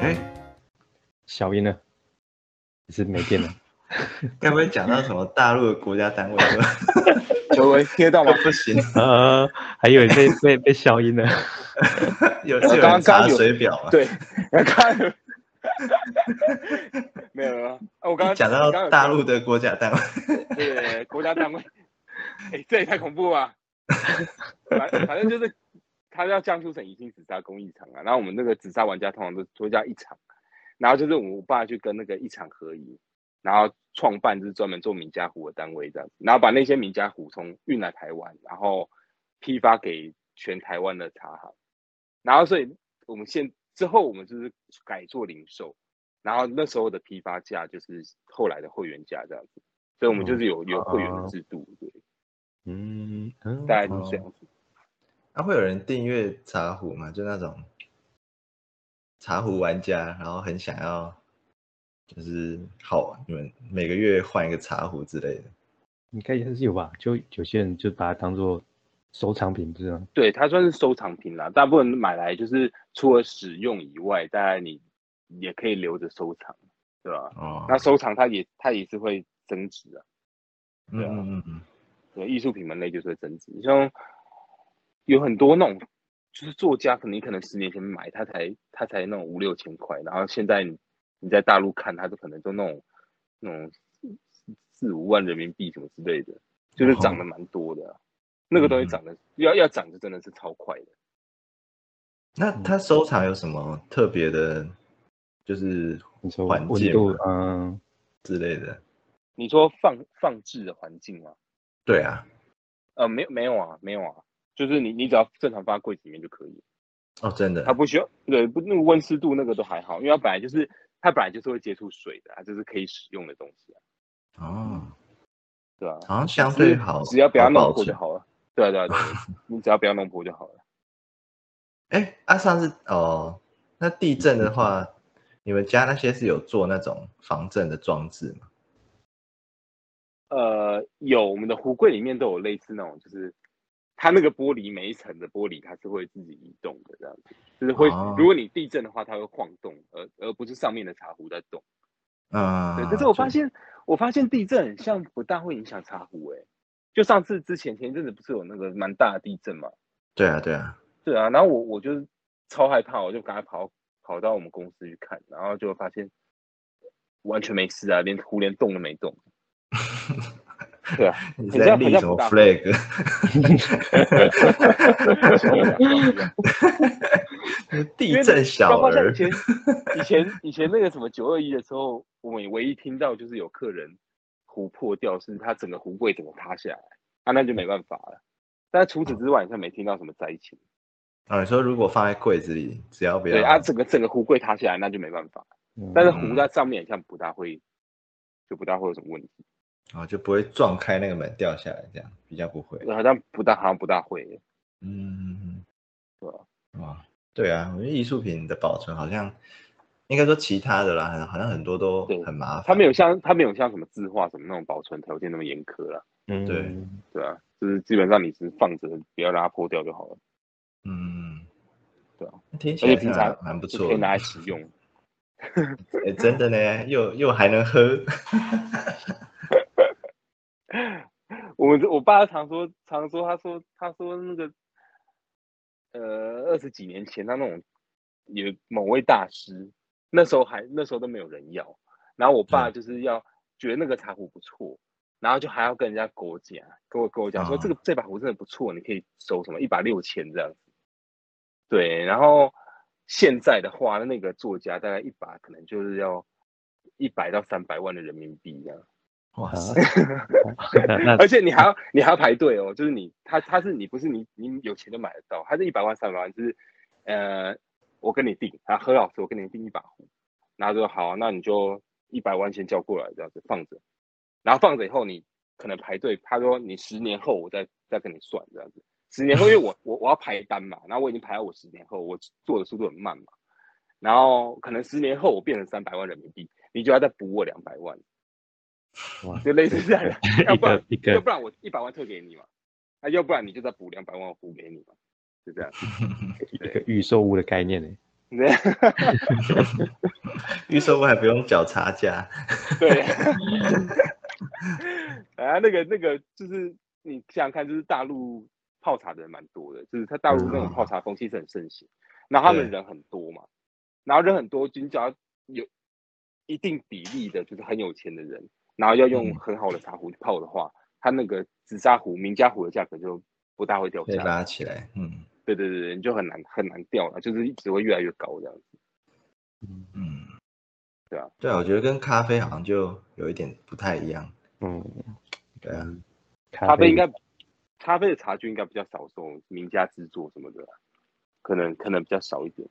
哎、小英呢？还是没电了？该不会讲到什么大陆的国家 单位吧？求维听得 到吗？不行， 呃，还以为被被被消音了。有我是有刚人刚查有水表嘛？对，然后看， 没有了。啊我刚刚讲刚到刚有大陆的国家单位，对国家单位，哎，这也太恐怖了吧。反反正就是他叫江苏省宜兴紫砂工艺厂啊，然后我们那个紫砂玩家通常都都叫一厂，然后就是我爸去跟那个一厂合营，然后创办就是专门做名家壶的单位这样子，然后把那些名家壶从运来台湾，然后批发给全台湾的茶行，然后所以我们现之后我们就是改做零售，然后那时候的批发价就是后来的会员价这样子，所以我们就是有有会员的制度，对，嗯嗯，大概就是这样子。那、会有人订阅茶壶吗？就那种茶壶玩家，然后很想要，就是好，你们每个月换一个茶壶之类的。应该也是有吧？就有些人就把它当做收藏品，不是吗？对，它算是收藏品啦，大部分买来就是除了使用以外，当然你也可以留着收藏，对吧？哦，那收藏它也它也是会增值啊，嗯嗯嗯嗯，对，艺术品门类就是会增值。像有很多那种就是作家，可能你可能十年前买他才他才那种五六千块，然后现在你你在大陆看，他就可能就那种那种四四五万人民币什么之类的，就是涨得蛮多的啊、那个东西嗯涨得要要涨就真的是超快的。那嗯他收藏有什么特别的，就是你说环温境度嘛，嗯，之类的？你说放放置的环境吗？对啊，呃，没有没有啊，没有啊，就是你你只要正常放在柜子里面就可以，哦，真的它，不需要对不那个温湿度那个都还好，因为它本来就是它本来就是会接触水的，它啊就是可以使用的东西啊，哦，对吧、好像相对好，只要不要好弄保破就存。好了。对啊对 啊对啊，你只要不要弄破就好了。哎，啊，上次哦，那地震的话，你们家那些是有做那种防震的装置吗？呃，有我们的壶柜里面都有类似那种，就是它那个玻璃每一层的玻璃它是会自己移动的，这样子，就是会、哦如果你地震的话，它会晃动，而而不是上面的茶壶在动。嗯，对，可是我发就现，我发现地震很像不大会影响茶壶诶、就上次之前前一阵子不是有那个蛮大的地震嘛？对啊，对啊，对啊，然后我我就超害怕，我就赶快跑跑到我们公司去看，然后就发现完全没事啊，连壶连动都没动。对啊，你很在像立很像什么不大 flag？ 因地为震小包括像儿 以，前以前以前那个什么九二一的时候，我们唯一听到就是有客人壶破掉，是他整个壶柜整个塌下来，啊，那就没办法了。但除此之外，好像没听到什么灾情。啊，你说如果放在柜子里，只要不对要啊，整个整个壶柜塌下来，那就没办法。嗯但是壶在上面好像不大会，就不大会有什么问题，哦，就不会撞开那个门掉下来，这样比较不会。好像不大好像不大会耶，嗯，对吧？哇，对啊，我觉得艺术品的保存好像，应该说其他的啦，很好像很多都对很麻烦。它没有像它没有像什么字画什么那种保存条件那么严苛了，嗯对对啊，就是基本上你只是放着，不要让它破掉就好了，嗯，对啊，听而起且来平是常蛮蛮不就错可以的，拿来使用。哎，真的呢，又又还能喝， 我们这我爸常说，常说，他说，他说那个，呃，二十几年前他那种有某位大师，那时候还那时候都没有人要，然后我爸就是要觉得那个茶壶不错，然后就还要跟人家勾结，跟我跟我讲说、啊这个这把壶真的不错，你可以收什么一把六千这样子。对，然后现在的话，那个作家大概一把可能就是要一百到三百万的人民币这样。哇 啊塞！那那而且你还要 你还要排队哦，就是你他他是你不是你你有钱就买得到，他是一百万三百万，就是呃我跟你订，然后何老师我跟你订一把壶，然后就说好，啊那你就一百万先交过来这样子放着，然后放着以后你可能排队，他说你十年后我再再跟你算这样子，十年后因为我 我我要排单嘛，然后我已经排到我十年后，我做的速度很慢嘛，然后可能十年后我变成三百万人民币，你就要再补我两百万。哇，，就类似这样的 要一不然个一要个不然我一百万退给你嘛，那、要不然你就再补两百万我补给你嘛，就这样。 一个预售屋的概念呢、对预售屋还不用缴差价，对， 啊，那个那个就是你想想看，就是大陆泡茶的人蛮多的，就是他大陆那种嗯泡茶风气是很盛行，然后他们对人很多嘛，然后人很多，就你只要有一定比例的，就是很有钱的人，然后要用嗯很好的茶壶去泡的话，他那个紫砂壶、名家壶的价格就不大会掉可以下来。拉起来。嗯对对对，对你就很难很难掉了，就是只会越来越高这样子。嗯，对啊，对啊，我觉得跟咖啡好像就有一点不太一样。嗯，对啊，咖咖啡应该，咖啡的茶具应该比较少受名家制作什么的，可能可能比较少一点。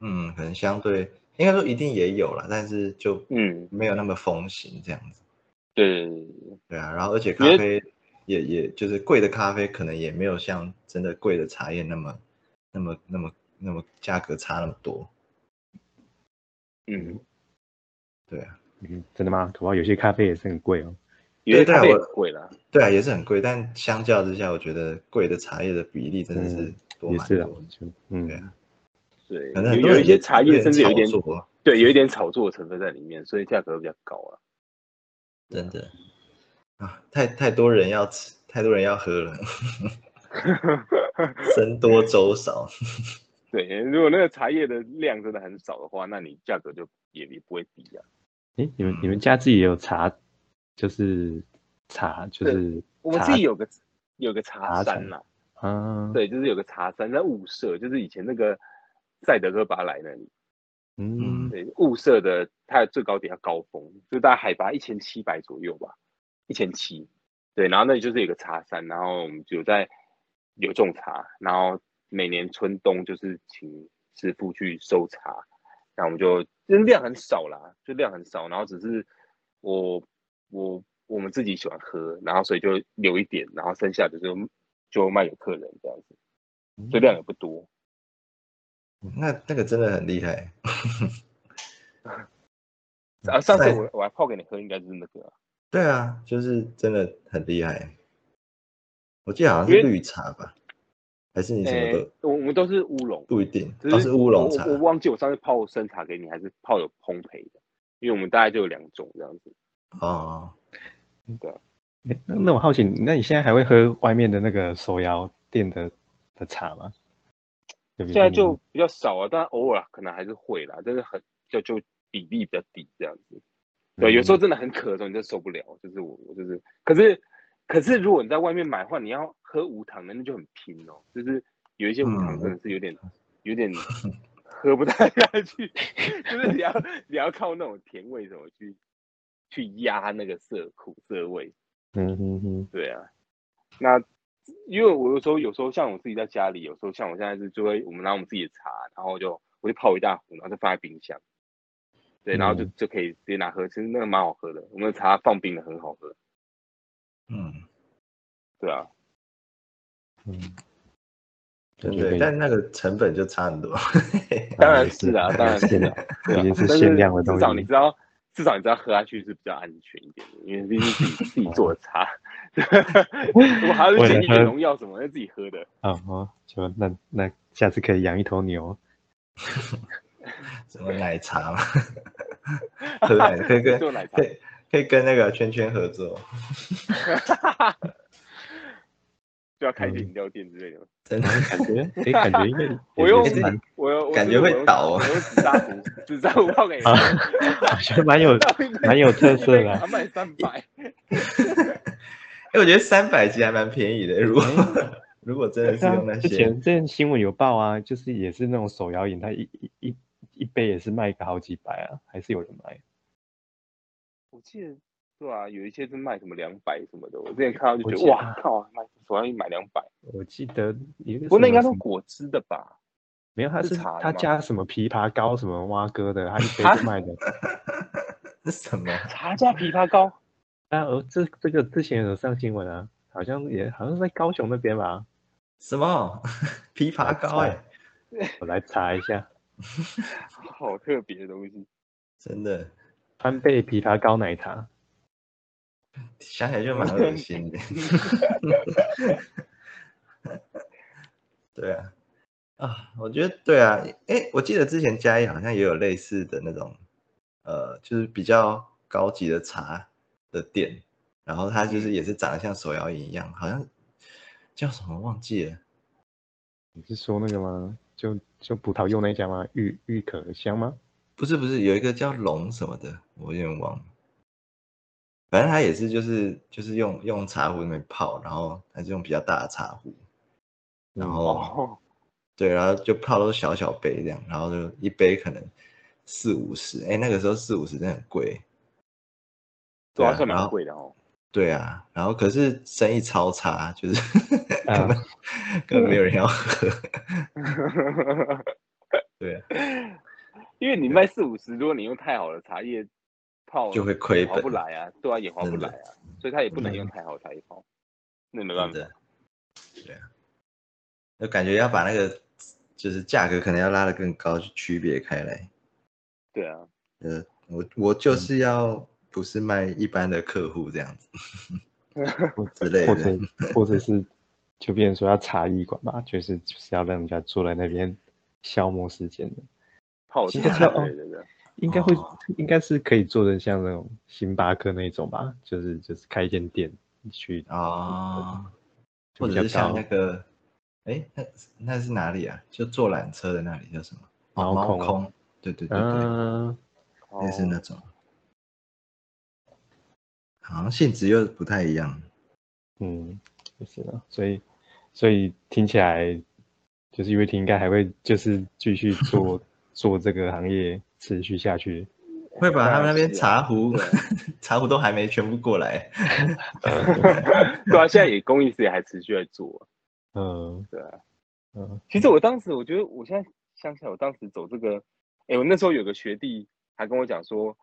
嗯，可能相对应该说一定也有啦，但是就嗯，没有那么风行这样子。对，嗯对啊，然后而且因咖为啡也也就是贵的咖啡，可能也没有像真的贵的茶叶那么那么那么那么价格差那么多。嗯，对啊，嗯，真的吗？恐怕有些咖啡也是很贵哦。有些对咖啡我很贵啦。对啊，也是很贵，但相较之下，我觉得贵的茶叶的比例真的是嗯多也蛮是啊多的。，就嗯对，啊，对，可能很有多有人一些也茶叶甚至有一点炒作，啊对，有一点炒作的成分在里面，所以价格比较高啊。真的啊，太太多人要吃，太多人要喝 了，僧多粥少。对，如果那个茶叶的量真的很少的话，那你价格就也也不会低啊。哎、你们你们家自己也有茶，就是茶，就是我们自己有个有个茶茶山厂啦、啊，，嗯对，就是有个茶山在雾社，就是以前那个赛德哥巴莱那里。嗯，对，雾社的它的最高点叫高峰，就大概海拔一千七百左右吧，一千七。对，然后那里就是有个茶山，然后我们就有在有种茶，然后每年春冬就是请师傅去收茶，那我们就就是量很少啦，就量很少，然后只是我我我们自己喜欢喝，然后所以就留一点，然后剩下的就就卖给客人这样子，所以量也不多。那那个真的很厉害， 啊，上次嗯在我我还泡给你喝，应该就是那个啊、对啊，就是真的很厉害。我记得好像是因为绿茶吧，还是你什么诶，都我我们都是乌龙，不一定，只都是乌龙我茶哦我。我忘记我上次泡生茶给你，还是泡有烘焙的，因为我们大概就有两种这样子。哦，诶那那我好奇，那你现在还会喝外面的那个手摇店的的茶吗？对嗯不对现在就比较少啊，但偶尔可能还是会啦，但是很就就比例比较低这样子。对，嗯有时候真的很渴的时候你就受不了，就是我我就是，可是可是如果你在外面买的话，你要喝无糖的那就很拼哦，就是有一些无糖真的是有点、嗯 有点喝不太下去，就是你要你要靠那种甜味什么去去压那个涩苦涩味，嗯嗯嗯对啊，那因为我有时候有时候像我自己在家里，有时候像我现在是就会我们拿我们自己的茶，然后就我就泡一大壶，然后就放在冰箱，对，然后就嗯就可以直接拿喝，其实那个蛮好喝的，我们的茶放冰的很好喝，嗯，对啊，嗯，真我觉的，得但那个成本就差很多。 当然是啊，当然是啊，对啊已经 是但限量的东至西少你知道。至少你知道喝下去是比较安全一点的，因为毕竟自己自己做的茶， 我还要为去了选一点喝农药什么，那自己喝的。啊哦，就那那下次可以养一头牛，什么奶茶嘛， 喝奶可以跟做奶茶可以可以跟那个圈圈合作，就要开一些饮料店之类的。真的。哎感觉哎，感觉 应该我用也是蛮我有我感是觉我会用倒哦我用纸扎 壶，纸扎壶泡给你 啊， 好像蛮有蛮有特色的啊他 卖三百，哎，我觉得三百集还蛮便宜的，如果嗯如果真的是对啊用那之些，前之前新闻有报啊，就是也是那种手摇饮，它一一一一杯也是卖个好几百啊，还是有人买。我记得对啊，有一些是卖什么两百什么的，我之前看到就我觉记得得哇靠，卖我要去买两百，我记得一个不过那什应么该都什么果汁的吧？没有，它是是茶的它吗加什么枇杷膏、什么蛙哥的，它一杯啊就卖的。那什么茶加枇杷膏， 啊，呃，这这个之前有上新闻啊，好像也好像是在高雄那边吧，什么 枇杷膏白哎、菜我来查一下，好特别的东西。真的川贝枇杷膏奶茶，想起来就蛮恶心的。 对啊，啊，我觉得对啊，诶，我记得之前嘉义好像也有类似的那种，呃，就是比较高级的茶的店，然后它就是也是长得像手摇饮一样，好像叫什么忘记了，你是说那个吗？就就葡萄柚那一家吗？玉玉可香吗？不是不是，有一个叫龙什么的，我有点忘了。反正它也是就是就是用用茶壶里面泡，然后它是用比较大的茶壶，然嗯后。哦，对，然后就泡都是小小杯这样，然后就一杯可能四五十，哎，那个时候四五十真的很贵，主对要啊算蛮然后贵的哦。 对啊，然后可是生意超差，就是 嗯根啊本、根本没有人要喝，对、啊，因为你卖四五十，如果你用太好的茶叶泡，就会亏划不本，来啊，对啊，也划不来啊，所以他也不能用太好的茶叶泡，那没办真法。的，对啊，就感觉要把那个就是价格可能要拉得更高，去区别开来，对啊，呃，我我就是要不是卖一般的客户这样子 之类或的，者或者是就变成说要茶艺馆吧，就是就是要让人家坐在那边消磨时间的，泡其茶实它哦对对 对，应该会、哦应该是可以做的像那种星巴克那一种吧，就是就是开一间店去，哦，就或比者较是像那高个，哎，那那是哪里啊？就坐缆车的那里叫什么？哦，猫猫空啊空，对对对对，嗯、类似那哦种，好像性质又不太一样。嗯，就是了，所以所以听起来就是因为婷应该还会就是继续 做做这个行业持续下去，会把他们那边是啊茶壶 对啊，茶壶都还没全部过来， 对啊，现在也工艺师也还持续在做，嗯对啊。嗯其实我当时，我觉得我现在想起来，我当时走这个，哎、我那时候有个学弟还跟我讲说，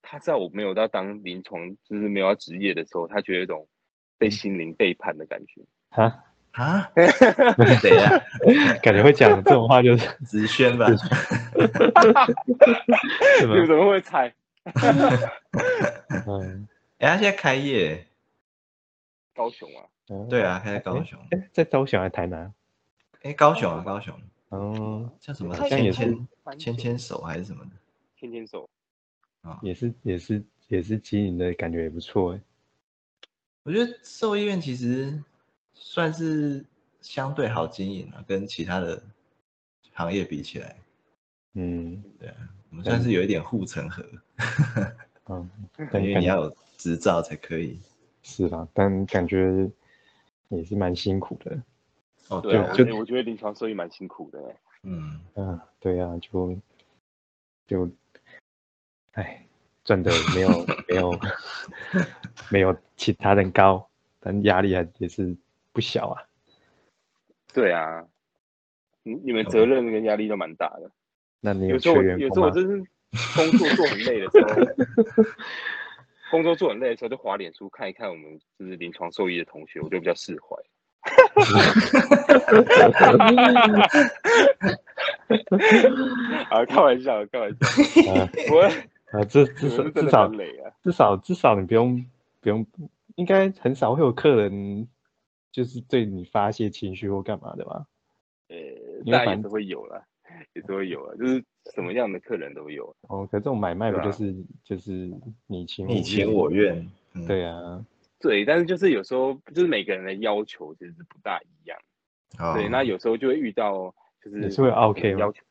他知道我没有到当临床，就是没有要职业的时候，他觉得有一种嗯被心灵背叛的感觉。哈， 啊？谁呀？感觉会讲这种 话就是子轩吧？是啊 你们吧？怎么会猜？嗯，哎，他现在开业，高雄啊，嗯对，啊，开在高雄。哎，在高雄还是台南？哎，高雄啊，高雄嗯，叫什么？好像牵也是牵蛮牵久牵手还是什么的？牵牵手，啊，也是也是也是经营的感觉也不错哎，我觉得兽医院其实算是相对好经营了、跟其他的行业比起来，嗯我们算是有一点护城河，嗯，但因为感你觉要有执照才可以。是啦，但感觉也是蛮辛苦的。哦，对啊，啊，就我我觉得临床兽医蛮辛苦的、欸，嗯，啊，对啊，就就，哎，赚的没有没有 没有其他人高，但压力还也是不小啊。对啊，你你们责任跟压力都蛮大的。那你有时缺候我员有时工啊候我吗？真是工作做很累的时候，工作做很累的时候，就滑脸书看一看我们就是临床兽医的同学，我就比较释怀。啊，开玩笑，开玩笑， 啊我啊，至至你少们至真的少很累啊。至少至少你不用不用，应该很少会有客人就是对你发泄情绪或干嘛的吧？呃，因为当然反也是会有啦，也是会有啊，就是什么样的客人都有。啊哦，可这种买卖不对就啊是就是你情你情我愿，嗯，对啊，对，但是就是有时候，就是每个人的要求其实是不大一样。哦对，那有时候就会遇到，就是也是会有 OK 吗要求，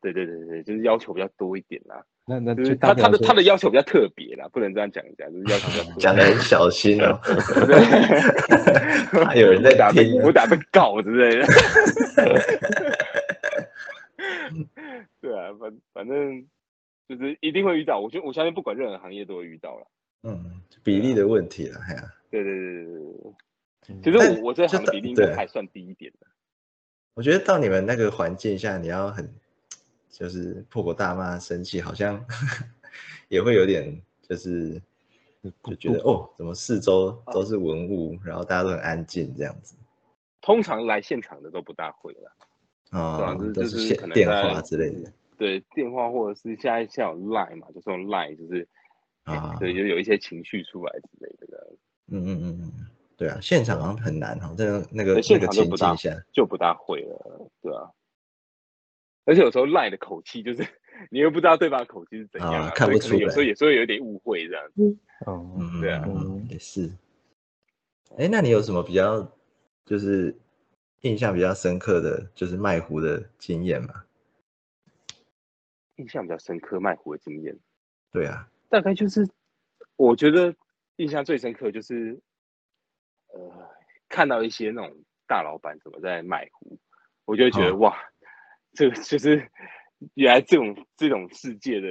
对对对对，就是要求比较多一点啦。那那就就是大他不了他的说他的要求比较特别啦，不能这样讲一下，就是要求比较特别讲的很小心哦，对怕有人在我打被听啊我打被告之类 的。对啊，反反正就是一定会遇到，我觉得我相信不管任何行业都会遇到了。嗯，比例啊的问题了，哎呀，对对对对对对，嗯其实但我我这行的比例应该对还算低一点的。我觉得到你们那个环境下，你要很就是破口大骂、生气，好像 也会有点就是。不就觉得不哦，怎么四周啊都是文物，然后大家都很安静这样子，通常来现场的都不大会了，啊、啊就是都就是是线可能电在话之类的对电话或者是现在像有 Line 嘛，就是用 Line 就是，啊，对，就有一些情绪出来之类的。嗯嗯嗯嗯，对啊，现场好像很难哦哈，这个那个对那现个场就情不境大下，就不大会了，对啊。而且有时候赖的口气就是 你又不知道对方的口气是怎样、啊看所以不可能出有时候来也是会有点误会这样子。哦，嗯，对啊嗯嗯嗯也是。哎，那你有什么比较就是印象比较深刻的就是卖壶的经验吗？印象比较深刻卖壶的经验，对啊，大概就是我觉得印象最深刻就是，呃，看到一些那种大老板怎么在卖壶，我就会觉得、哦哇，这个就是原来这种这种世界的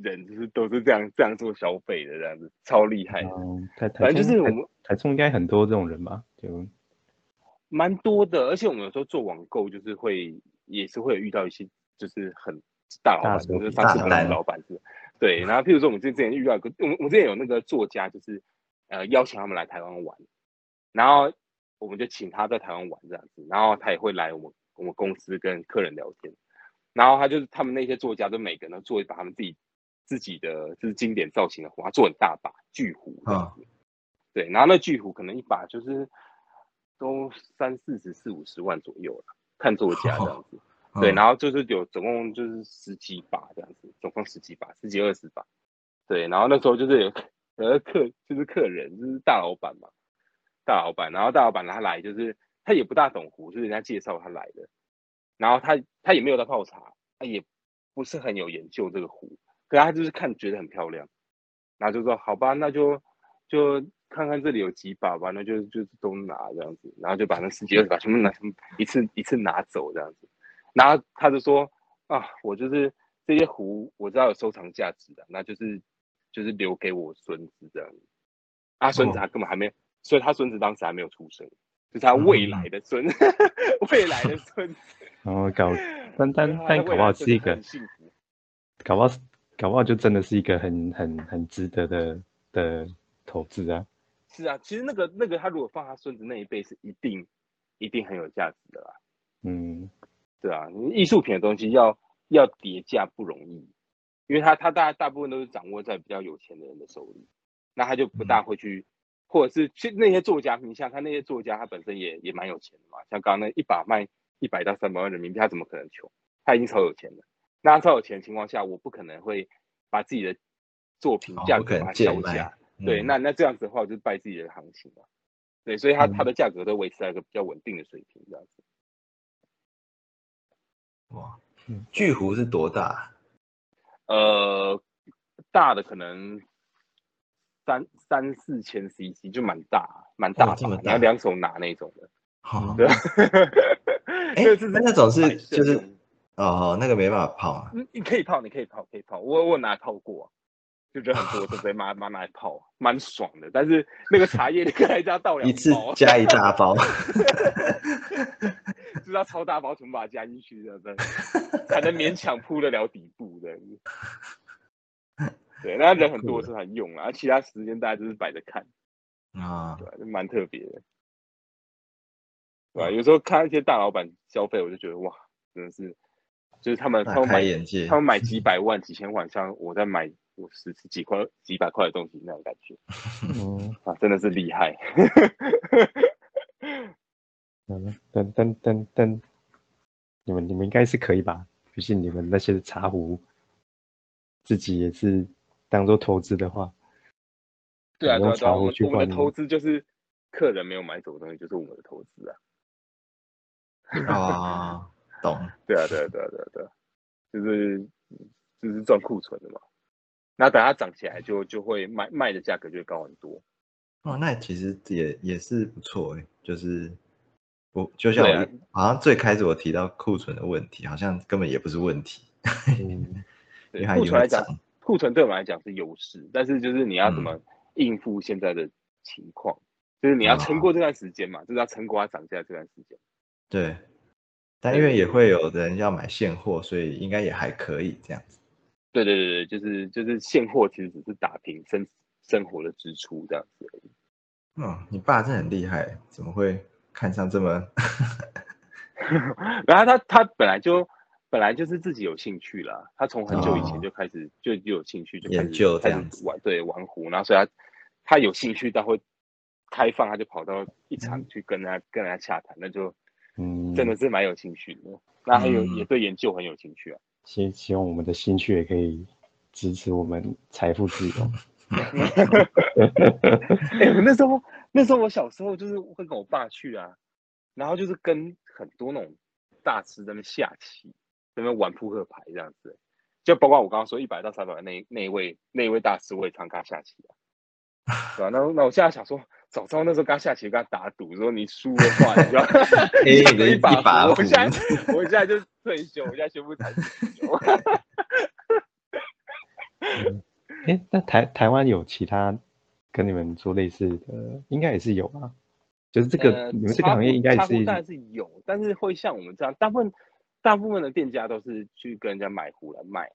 人就是都是这样这样做消费的，这样子超厉害的。哦嗯台台哎反正就是中我台们台中应该很多这种人吧？就蛮多的，而且我们有时候做网购，就是会也是会有遇到一些就是很大老大板，手就是笔上次大本来佬老板是，对。然后譬如说我们之前遇到一个，我们我之前有那个作家，就是呃邀请他们来台湾玩，然后我们就请他在台湾玩这样子，然后他也会来我们我们公司跟客人聊天，然后他就是他们那些作家都每个人都做一把他们自己自己的就是经典造型的壶，他做很大把巨壶这样子。嗯对，然后那巨壶可能一把就是都三四十、四五十万左右了，看作家这样子。对，嗯然后就是有总共就是十几把这样子，总共十几把，十几二十把。对，然后那时候就是有有个客就是客人就是大老板嘛，大老板，然后大老板他来就是他也不大懂壶，就是人家介绍他来的，然后他他也没有在泡茶，他也不是很有研究这个壶，可是他就是看觉得很漂亮，然后就说好吧，那就就看看这里有几把吧，那就就都拿这样子，然后就把那十几二十把全部拿全部一次一次拿走这样子，然后他就说啊，我就是这些壶我知道有收藏价值的，那就是就是留给我孙子这样子，啊孙子哦他根本还没有，所以他孙子当时还没有出生。就是他嗯未来的孙， 未来的孙子，然后 搞，但但对啊他的但未搞不来好孙是一子个很，幸福，搞不好是搞不好就真的是一个很很很值得的的投资啊。是啊，其实那个那个他如果放他孙子那一辈是一定一定很有价值的啦， 嗯，对啊，你艺术品的东西要要叠价不容易，因为他他大大部分都是掌握在比较有钱的人的手里，那他就不嗯大会去，或者是去那些作家，你像他那些作家，他本身也也蛮有钱的嘛，像刚刚那一把卖一百到三百万人民币，他怎么可能穷？他已经超有钱了，那他超有钱的情况下，我不可能会把自己的作品哦价不格可能把它贱销卖价，对，嗯那那这样子的话，我就是拜自己的行情了。对，所以它它嗯的价格都维持在一个比较稳定的水平，这样子。哇嗯，巨壶是多大？啊呃，大的可能三三四千 CC 就蛮大，蛮大哦这么大把然后两手拿那种 的。哦对，啊， 哎这是那那种是摆设就是用的嗯哦，那个没办法泡啊。你你可以泡，你可以泡，可以泡。我我拿来泡过啊，就人很多，就直接拿拿拿来泡，蛮爽的。但是那个茶叶 你可以在家倒两一次包，加一大包， 就是要超大包全部把它加进去，这样子才能勉强铺得了底部这样子。对，那人很多是很用啊，其他时间大家就是摆着看，啊对、，吧？就蛮特别的，对啊吧、有时候看一些大老板消费，我就觉得哇，真的是，就是他们他大们开买眼界他。们买几百万、几千万，像我在买我十十几块、几百块的东西那种感觉嗯，啊，真的是厉害。 但但但但，你们你们应该是可以吧？毕竟你们那些茶壶，自己也是当做投资的 话，对啊，你用对啊，对啊，茶我壶们去我们的换投资就是客人没有买走的东西，就是我们的投资啊。啊，懂。对啊，对啊，对啊，对啊，对啊，就是就是赚库存的嘛。那等它涨起来就，就会卖卖的价格就会高很多。哦，那其实也也是不错诶，就是我就像我对一、啊好像最开始我提到库存的问题，好像根本也不是问题，嗯，因对为它库已经存来会讲涨，。库存对我们来讲是优势，但是就是你要怎么应付现在的情况，就是你要撑过这段时间嘛，就是要撑过它涨价这段时间。对，但因为也会有人要买现货，所以应该也还可以这样子。对对对对，就是就是现货其实只是打平生生活的支出这样子而已。嗯，你爸真的很厉害，欸怎么会看上这么？ 然后他他本来就本来就是自己有兴趣啦，他从很久以前哦就开始、就就有兴趣，就开始研究这开始样子玩对玩壶，然后所以他他有兴趣到会开放，他就跑到一嗯场去跟人家跟人家洽谈，那就嗯，真的是蛮有兴趣的。那还有嗯也对研究很有兴趣啊。希希望我们的兴趣也可以支持我们财富自由。 哎、我那时候那时候我小时候就是会跟我爸去啊，然后就是跟很多那种大师在那边下棋，在那边玩扑克牌这样子，就包括我刚刚说一百到三百那一那一位那一位大师，我也常跟他下棋啊， 对吧、那那我现在想说，早知道那时候跟他下棋，跟他打赌，说你输的话，你 就要黑 你就哎你的一一把我胡现在 我现在就退休，我现在宣布退休。哎，那台台湾有其他跟你们做类似的，应该也是有啊。就是这个、呃你们这个茶行业壶应该也茶壶是当然是有，但是会像我们这样，大部分大部分的店家都是去跟人家买壶来卖，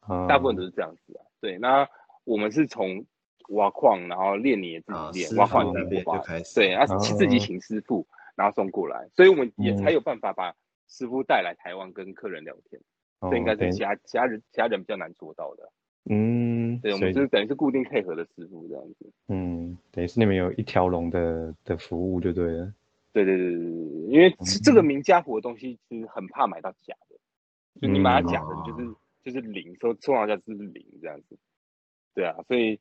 啊，大部分都是这样子啊。对，那我们是从挖矿，然后炼你也自啊，己师炼，挖矿傅那也自己边就挖，开始，对，然后自己哦请师傅，然后送过来，所以我们也嗯才有办法把师傅带来台湾跟客人聊天，哦这应该等是于其他其他人其他人比较难做到的。嗯，对，我所们以就是等于是固定配合的师傅这样子。嗯，等于是你们有一条龙的的服务就对了。对对对对对对，因为嗯这这个名家壶的东西其实很怕买到假的，就你买到假的嗯就是、就是零，收收藏价值是零这样子。对啊，所以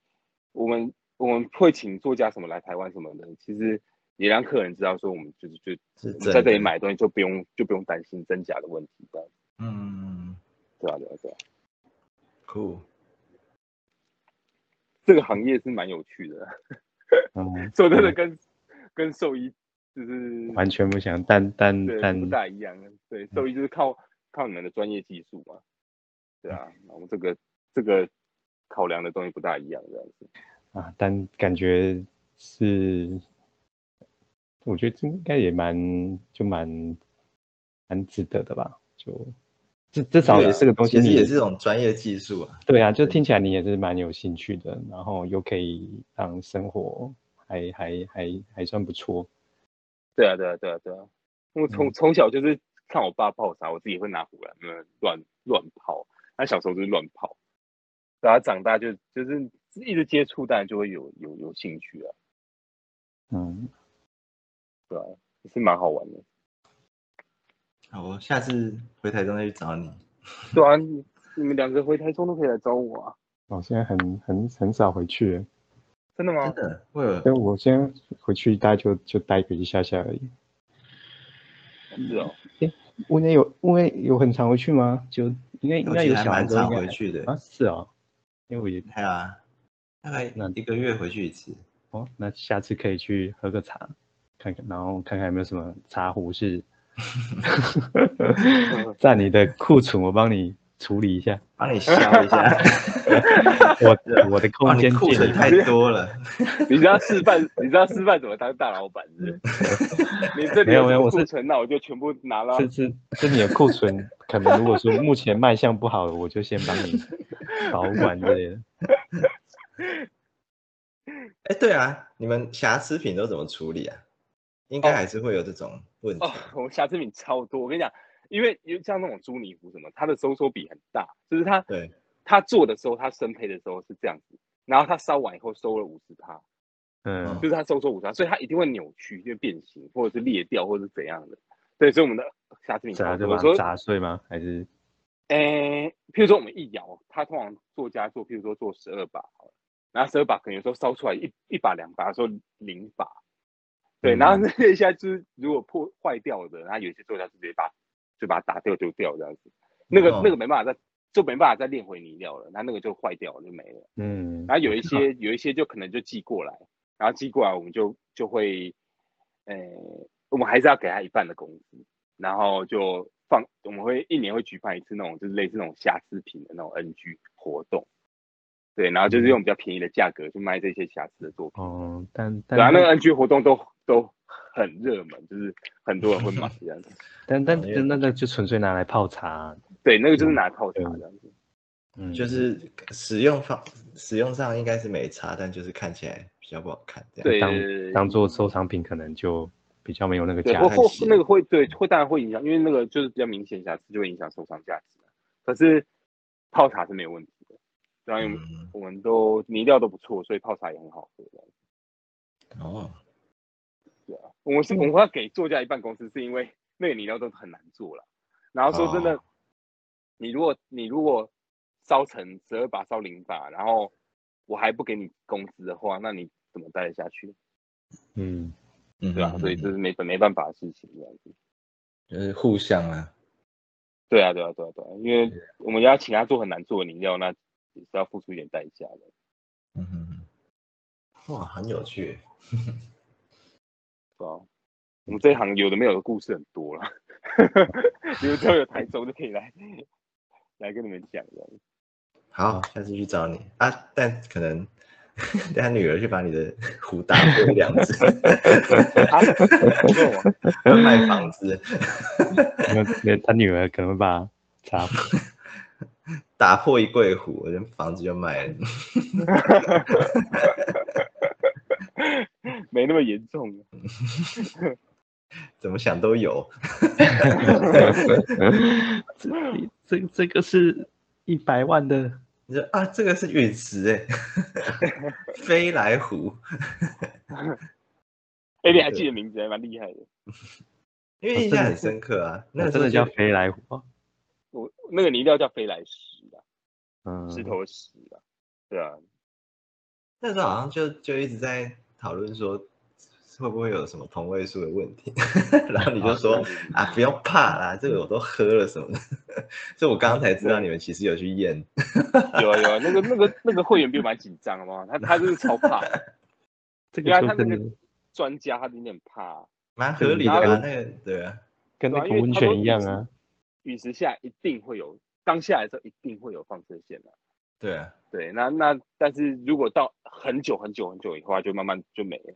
我们我们会请作家什么来台湾什么的，其实也让客人知道说我们就是就是我们在这里真的买东西就不用就不用担心真假的问题这样子。嗯，对啊对啊对啊，酷，这个行业是蛮有趣的， 嗯，说真的跟、跟兽医就是完全不想，但但对，嗯但嗯不大一样。对，兽医就是靠靠你们的专业技术嘛，对啊，嗯然后这个这个考量的东西不大一样，这样子。啊，但感觉是，我觉得这应该也蛮就蛮蛮值得的吧，就至至少对啊这个东西其实你也是一种专业技术啊，对啊，就对听起来你也是蛮有兴趣的，然后又可以让生活还还还还算不错，对啊，对啊，对啊，对啊。我从嗯从小就是看我爸泡茶，我自己会拿壶来那么乱乱泡。他小时候就是乱泡，然后长大就就是一直接触，当然就会有有有兴趣啊，嗯，对啊，也是蛮好玩的。好我下次回台中再去找你。对啊，你你们两个回台中都可以来找我啊，我现在很很很少回去了，真的吗真？的，为了因为我现在回去大概就就待个一下下而已。嗯是哦，我那有我那有很常回去吗？就应该应我该其有实还小孩蛮子应常该回去的啊，，是啊，因为我也还有啊，大概那一个月回去一次。哦，那下次可以去喝个茶，看看，然后看看有没有什么茶 壶是 在你的库存，我帮你处理一下。 帮你消一下，我我的空帮你间库借存你，太多 了。你知道示范，你知道示范怎么当大老板是 不是？你这里没有没什有么我是库存，那我就全部拿了。这这这你的库存，可能如果说目前卖相不好，我就先帮你保管之类的。哎，对啊，你们瑕疵品都怎么处理啊？应该哦还是会有这种问题哦，我们瑕疵品超多，我跟你讲，因为因为像那种朱泥壶什么，它的收缩比很大，就是它对，它做的时候，它生胚的时候是这样子，然后它烧完以后收了五十帕，嗯嗯就是它收缩五十帕，所以它一定会扭曲，就变形或者是裂掉或者是怎样的。对，所以我们的瑕疵品怎超样啊就多。把我它说砸碎吗？还是诶，譬如说我们一摇，它通常作家做，譬如说做十二把好了，然后十二把可能有时候烧出来一一把两把，有时候零把，对，嗯然后那一下就是如果破坏掉的，然后有些作家就直接把就把它打掉丢掉这样子，那个、哦那个没办法再就没办法再炼回泥料了，那那个就坏掉了就没了，嗯然后有一些有一些就可能就寄过来，然后寄过来我们就就会，呃，我们还是要给他一半的工资，然后就放我们会一年会举办一次那种就是类似那种瑕疵品的那种 NG 活动，对，然后嗯就是用比较便宜的价格去卖这些瑕疵的作品，哦，但但对啊，那个 NG 活动都都很热门，就是很多人会买这样子，但但哦因为但那那就纯粹拿来泡茶，对，那个就是拿来泡茶嗯这样子，嗯，就是使用方使用上应该是没差，但就是看起来比较不好看。这样，对当对对对当做收藏品，可能就比较没有那个对，价或值。或值那个会对会当然会影响，因为那个就是比较明显瑕疵就会影响收藏价值。可是泡茶是没有问题的，当然嗯，我们都泥料都不错，所以泡茶也很好喝。哦，对啊，我们是我们要给作家一半公司，是因为那个饮料都很难做了。然后说真的，哦你如果你如果烧成十二把烧零把，然后我还不给你工资的话，那你怎么待得下去？嗯，嗯对啊，所以这是没没办法的事情这样子。就是互相啊，对啊，对啊，对啊，对啊，因为我们要请他做很难做的饮料，那也是要付出一点代价的。嗯哼哼，哇，很有趣耶，对啊，我们这一行有的没有的故事很多了，你们只要有 台中就可以来来跟你们讲的。好，下次去找你啊，但可能 带他女儿去把你的壶打破一两只，啊，问我 要卖房子，那那他女儿可能会把他砸破，打破一柜壶，我人房子就卖了。没那么严重，啊怎么想都有，这这这个是一百万的，你说啊，这个是陨石哎、 飞来湖，哎、你还记得名字，还蛮厉害的。因为印象很深刻啊，那个时哦真候的叫就飞来虎啊，我那个你一定要叫飞来石啊，嗯，石头的石啊，对啊，那时候好像就就一直在讨论说会不会有什么同位素的问题， 然后你哦就说啊不用怕啦，这个我都喝了什么的， 所以我刚刚才知道你们其实有去验，有啊有啊，那个那个那个会员变蛮紧张的嘛，他他就是超 怕的这对个啊说他那真个的专家，他有点怕，啊蛮合理的对吧然？那个对啊，跟那对啊个因为温他泉说一陨样石啊，陨石下一定会有，刚下来的时候一定会有放射线的、对啊，对，那那但是如果到很久很久很久以后，它就慢慢就没了。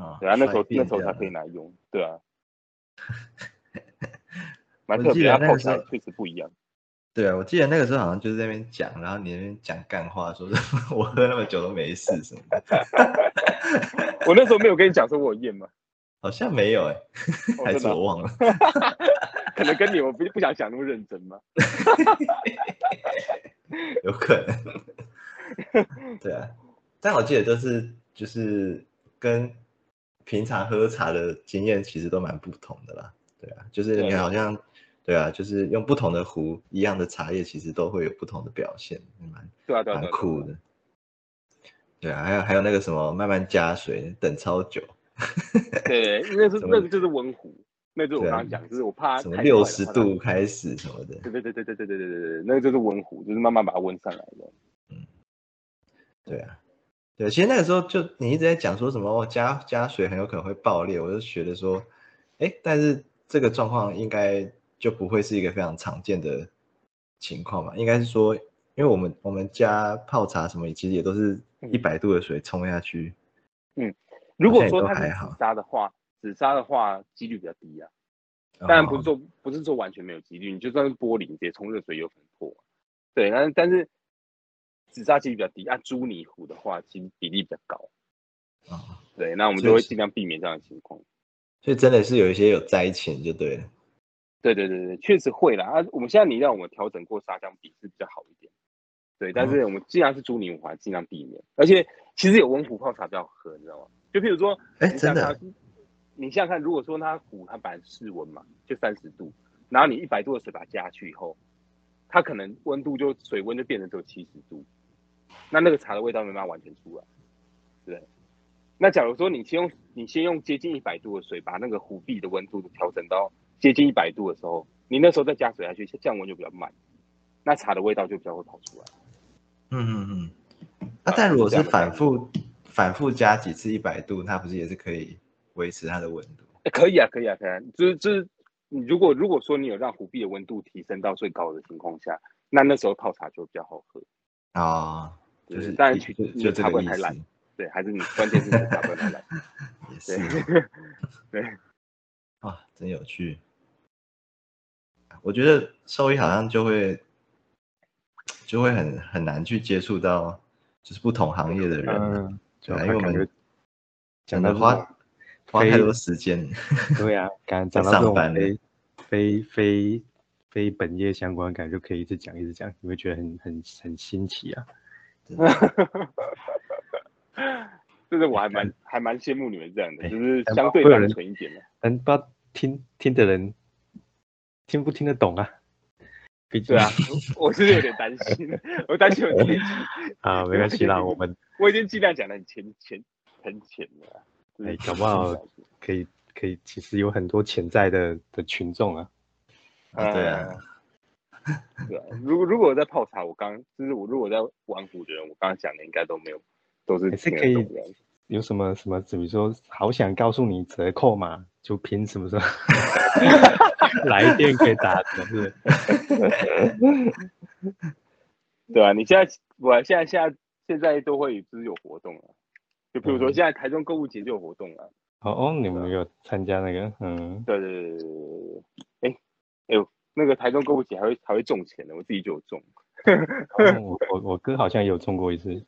哦对啊，那时候衰那变时候掉才了可以拿来用，对 啊，蛮我特记别，得它那泡个起时来候确实不一样。对啊，我记得那个时候好像就是在那边讲，然后你那边讲干话，说什么 我喝那么久都没事什么的，我那时候没有跟你讲说我有验吗？好像没有哎、 哦还真是的啊我忘了。 可能跟你我不不想讲那么认真嘛。有可能。对啊，但我记得就是就是跟平常喝茶的经验其实都蛮不同的啦。对啊，就是你对好像对啊，就是用不同的壶，一样的茶叶，其实都会有不同的表现，蛮对啊对啊蛮对啊酷的。对啊，还有还有那个什么慢慢加水，等超久，对，那是怎么啊那个就是温壶，那就是我刚刚讲，就是我怕它什么啊太六快十了。度开始什么的。对对对对对对对对对对，那个就是温壶，就是慢慢把它温上来的。对啊，对，其实那个时候就你一直在讲说什么哦，加加水很有可能会爆裂，我就觉得说，哎，但是这个状况应该就不会是一个非常常见的情况吧？应该是说，因为我们我们加泡茶什么，其实也都是嗯一百度的水冲下去，如果好像也说都它是还好紫砂的话，紫砂的话几率比较低啊。当然不是哦，说不是说完全没有几率，你就算是玻璃，你直接冲热水也有可能破。对，但是但是紫砂几率比较低，按、朱泥壶的话，其实比例比较高。哦对，那我们所以就会是尽量避免这样的情况。所以真的是有一些有灾情就对了，对对对对，确实会啦。啊，我们现在你让我们调整过砂浆比是比较好一点。对，嗯但是我们既然是朱泥壶，还尽量避免。而且其实有温壶泡茶比较好喝，你知道吗？就譬如说，哎，你想真想的看，你想想看，如果说它壶它本来室温嘛，就三十度，然后你一百度的水把它加下去以后，它可能温度就水温就变成只有七十度，那那个茶的味道没办法完全出来，对不对。那假如说你先用你先用接近一百度的水把那个壶壁的温度调整到接近一百度的时候，你那时候再加水下去，降温就比较慢，那茶的味道就比较会跑出来。嗯嗯嗯，啊，但如果是这样的概反念复反复加几次一百度，它不是也是可以维持它的温度？欸可以啊，可以啊，可以啊，就是就是，你如果如果说你有让壶壁的温度提升到最高的情况下，那那时候泡茶就比较好喝。哦，对就是当然一取就你就的这茶个馆意太思烂，对，还是你关键是你的茶不要来。也是对 对，哇，真有趣。我觉得兽医好像就会就会很很难去接触到就是不同行业的人啊，嗯，就对啊，因他为我感觉们讲真到的这花种花非太多时间，对啊， 感在讲到这上种班了非非非非本业相关，感觉就可以一直讲一直讲，你会觉得很很很新奇啊。这个我还蛮还蛮羡慕你们这样的，哎就是相对会有单人纯一点嘛。但不知道听听的人听不听得懂啊？毕竟对啊，我我是有点担心，我担心我自己，啊，没关系啦，我们我已经尽量讲的很浅浅很浅了啦。就是哎搞不好可以可以，其实有很多潜在的的群众啊。啊对啊，嗯。对啊，如果如果我在泡茶，我刚就是我如果在玩虎的人，我刚刚讲的应该都没有，都是还是听得可以懂的样子有什么什么，比如说好想告诉你折扣嘛，就拼什么什么， 来电可以打折，是不是？对啊，你现在我现在现在现在都会就是有活动了，就比如说嗯现在台中购物节就有活动了。哦哦，你们有参加那个？嗯，对对对对对对，哎哎呦，那个台中购物节还会还会中钱的，我自己就有中。哦我我我哥好像有中过一次，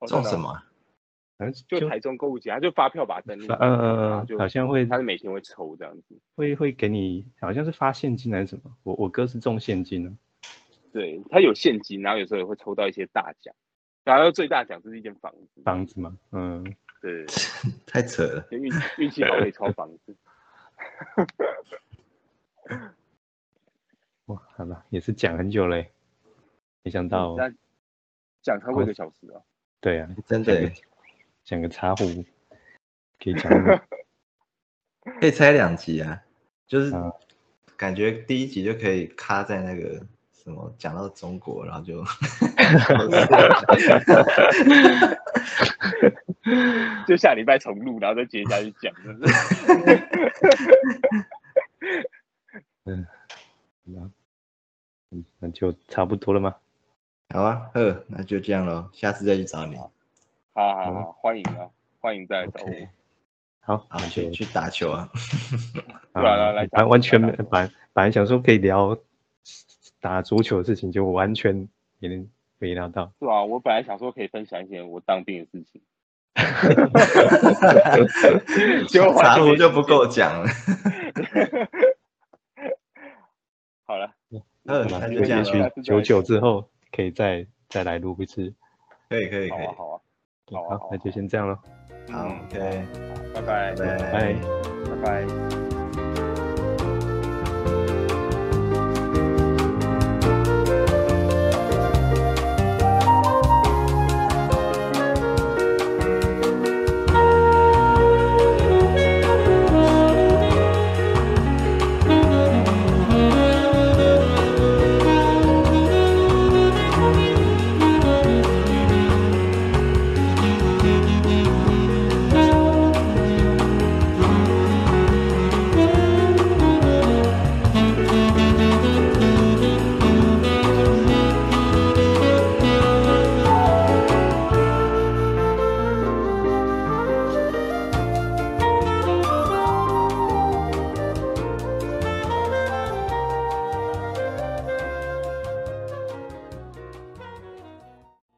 哦中真的啊什么？好像就台中购物节，他就发票把它登录，嗯嗯嗯嗯，就好像会他是每天会抽这样子。会会给你，好像是发现金还是什么？我我哥是中现金的，对，他有现金，然后有时候也会抽到一些大奖，然后最大奖就是一间房子。房子嘛，嗯，对，太扯了，就运运气好可以抽房子。 哇，好吧，也是讲很久嘞，没想到，哦嗯那讲超过一个小 时啊，对啊，真 的欸耶，讲个茶壶，可以讲那么可以拆两集啊，就是嗯啊感觉第一集就可以卡在那个什么讲到中国，然后就就下礼拜重录，然后再接下去讲。真的是那嗯 那就差不多了吗？好啊，呵，那就这样咯，下次再去找你。好好好，欢迎啊，欢迎再来找我。 OK 好，好，那就去去打球啊！啊来来来完完全没打球本来本来想说可以聊打足球的事情，就完全也没聊到。是吧？我本来想说可以分享一些我当兵的事 情， 结果茶壶我就不够讲了。好了，嗯，好吧那就就这样也了。许久久之后可以再再来录一次。可以可以好可啊以。好啊，好啊好啊好，那就先这样了。好嗯，OK，拜拜拜拜拜。拜拜。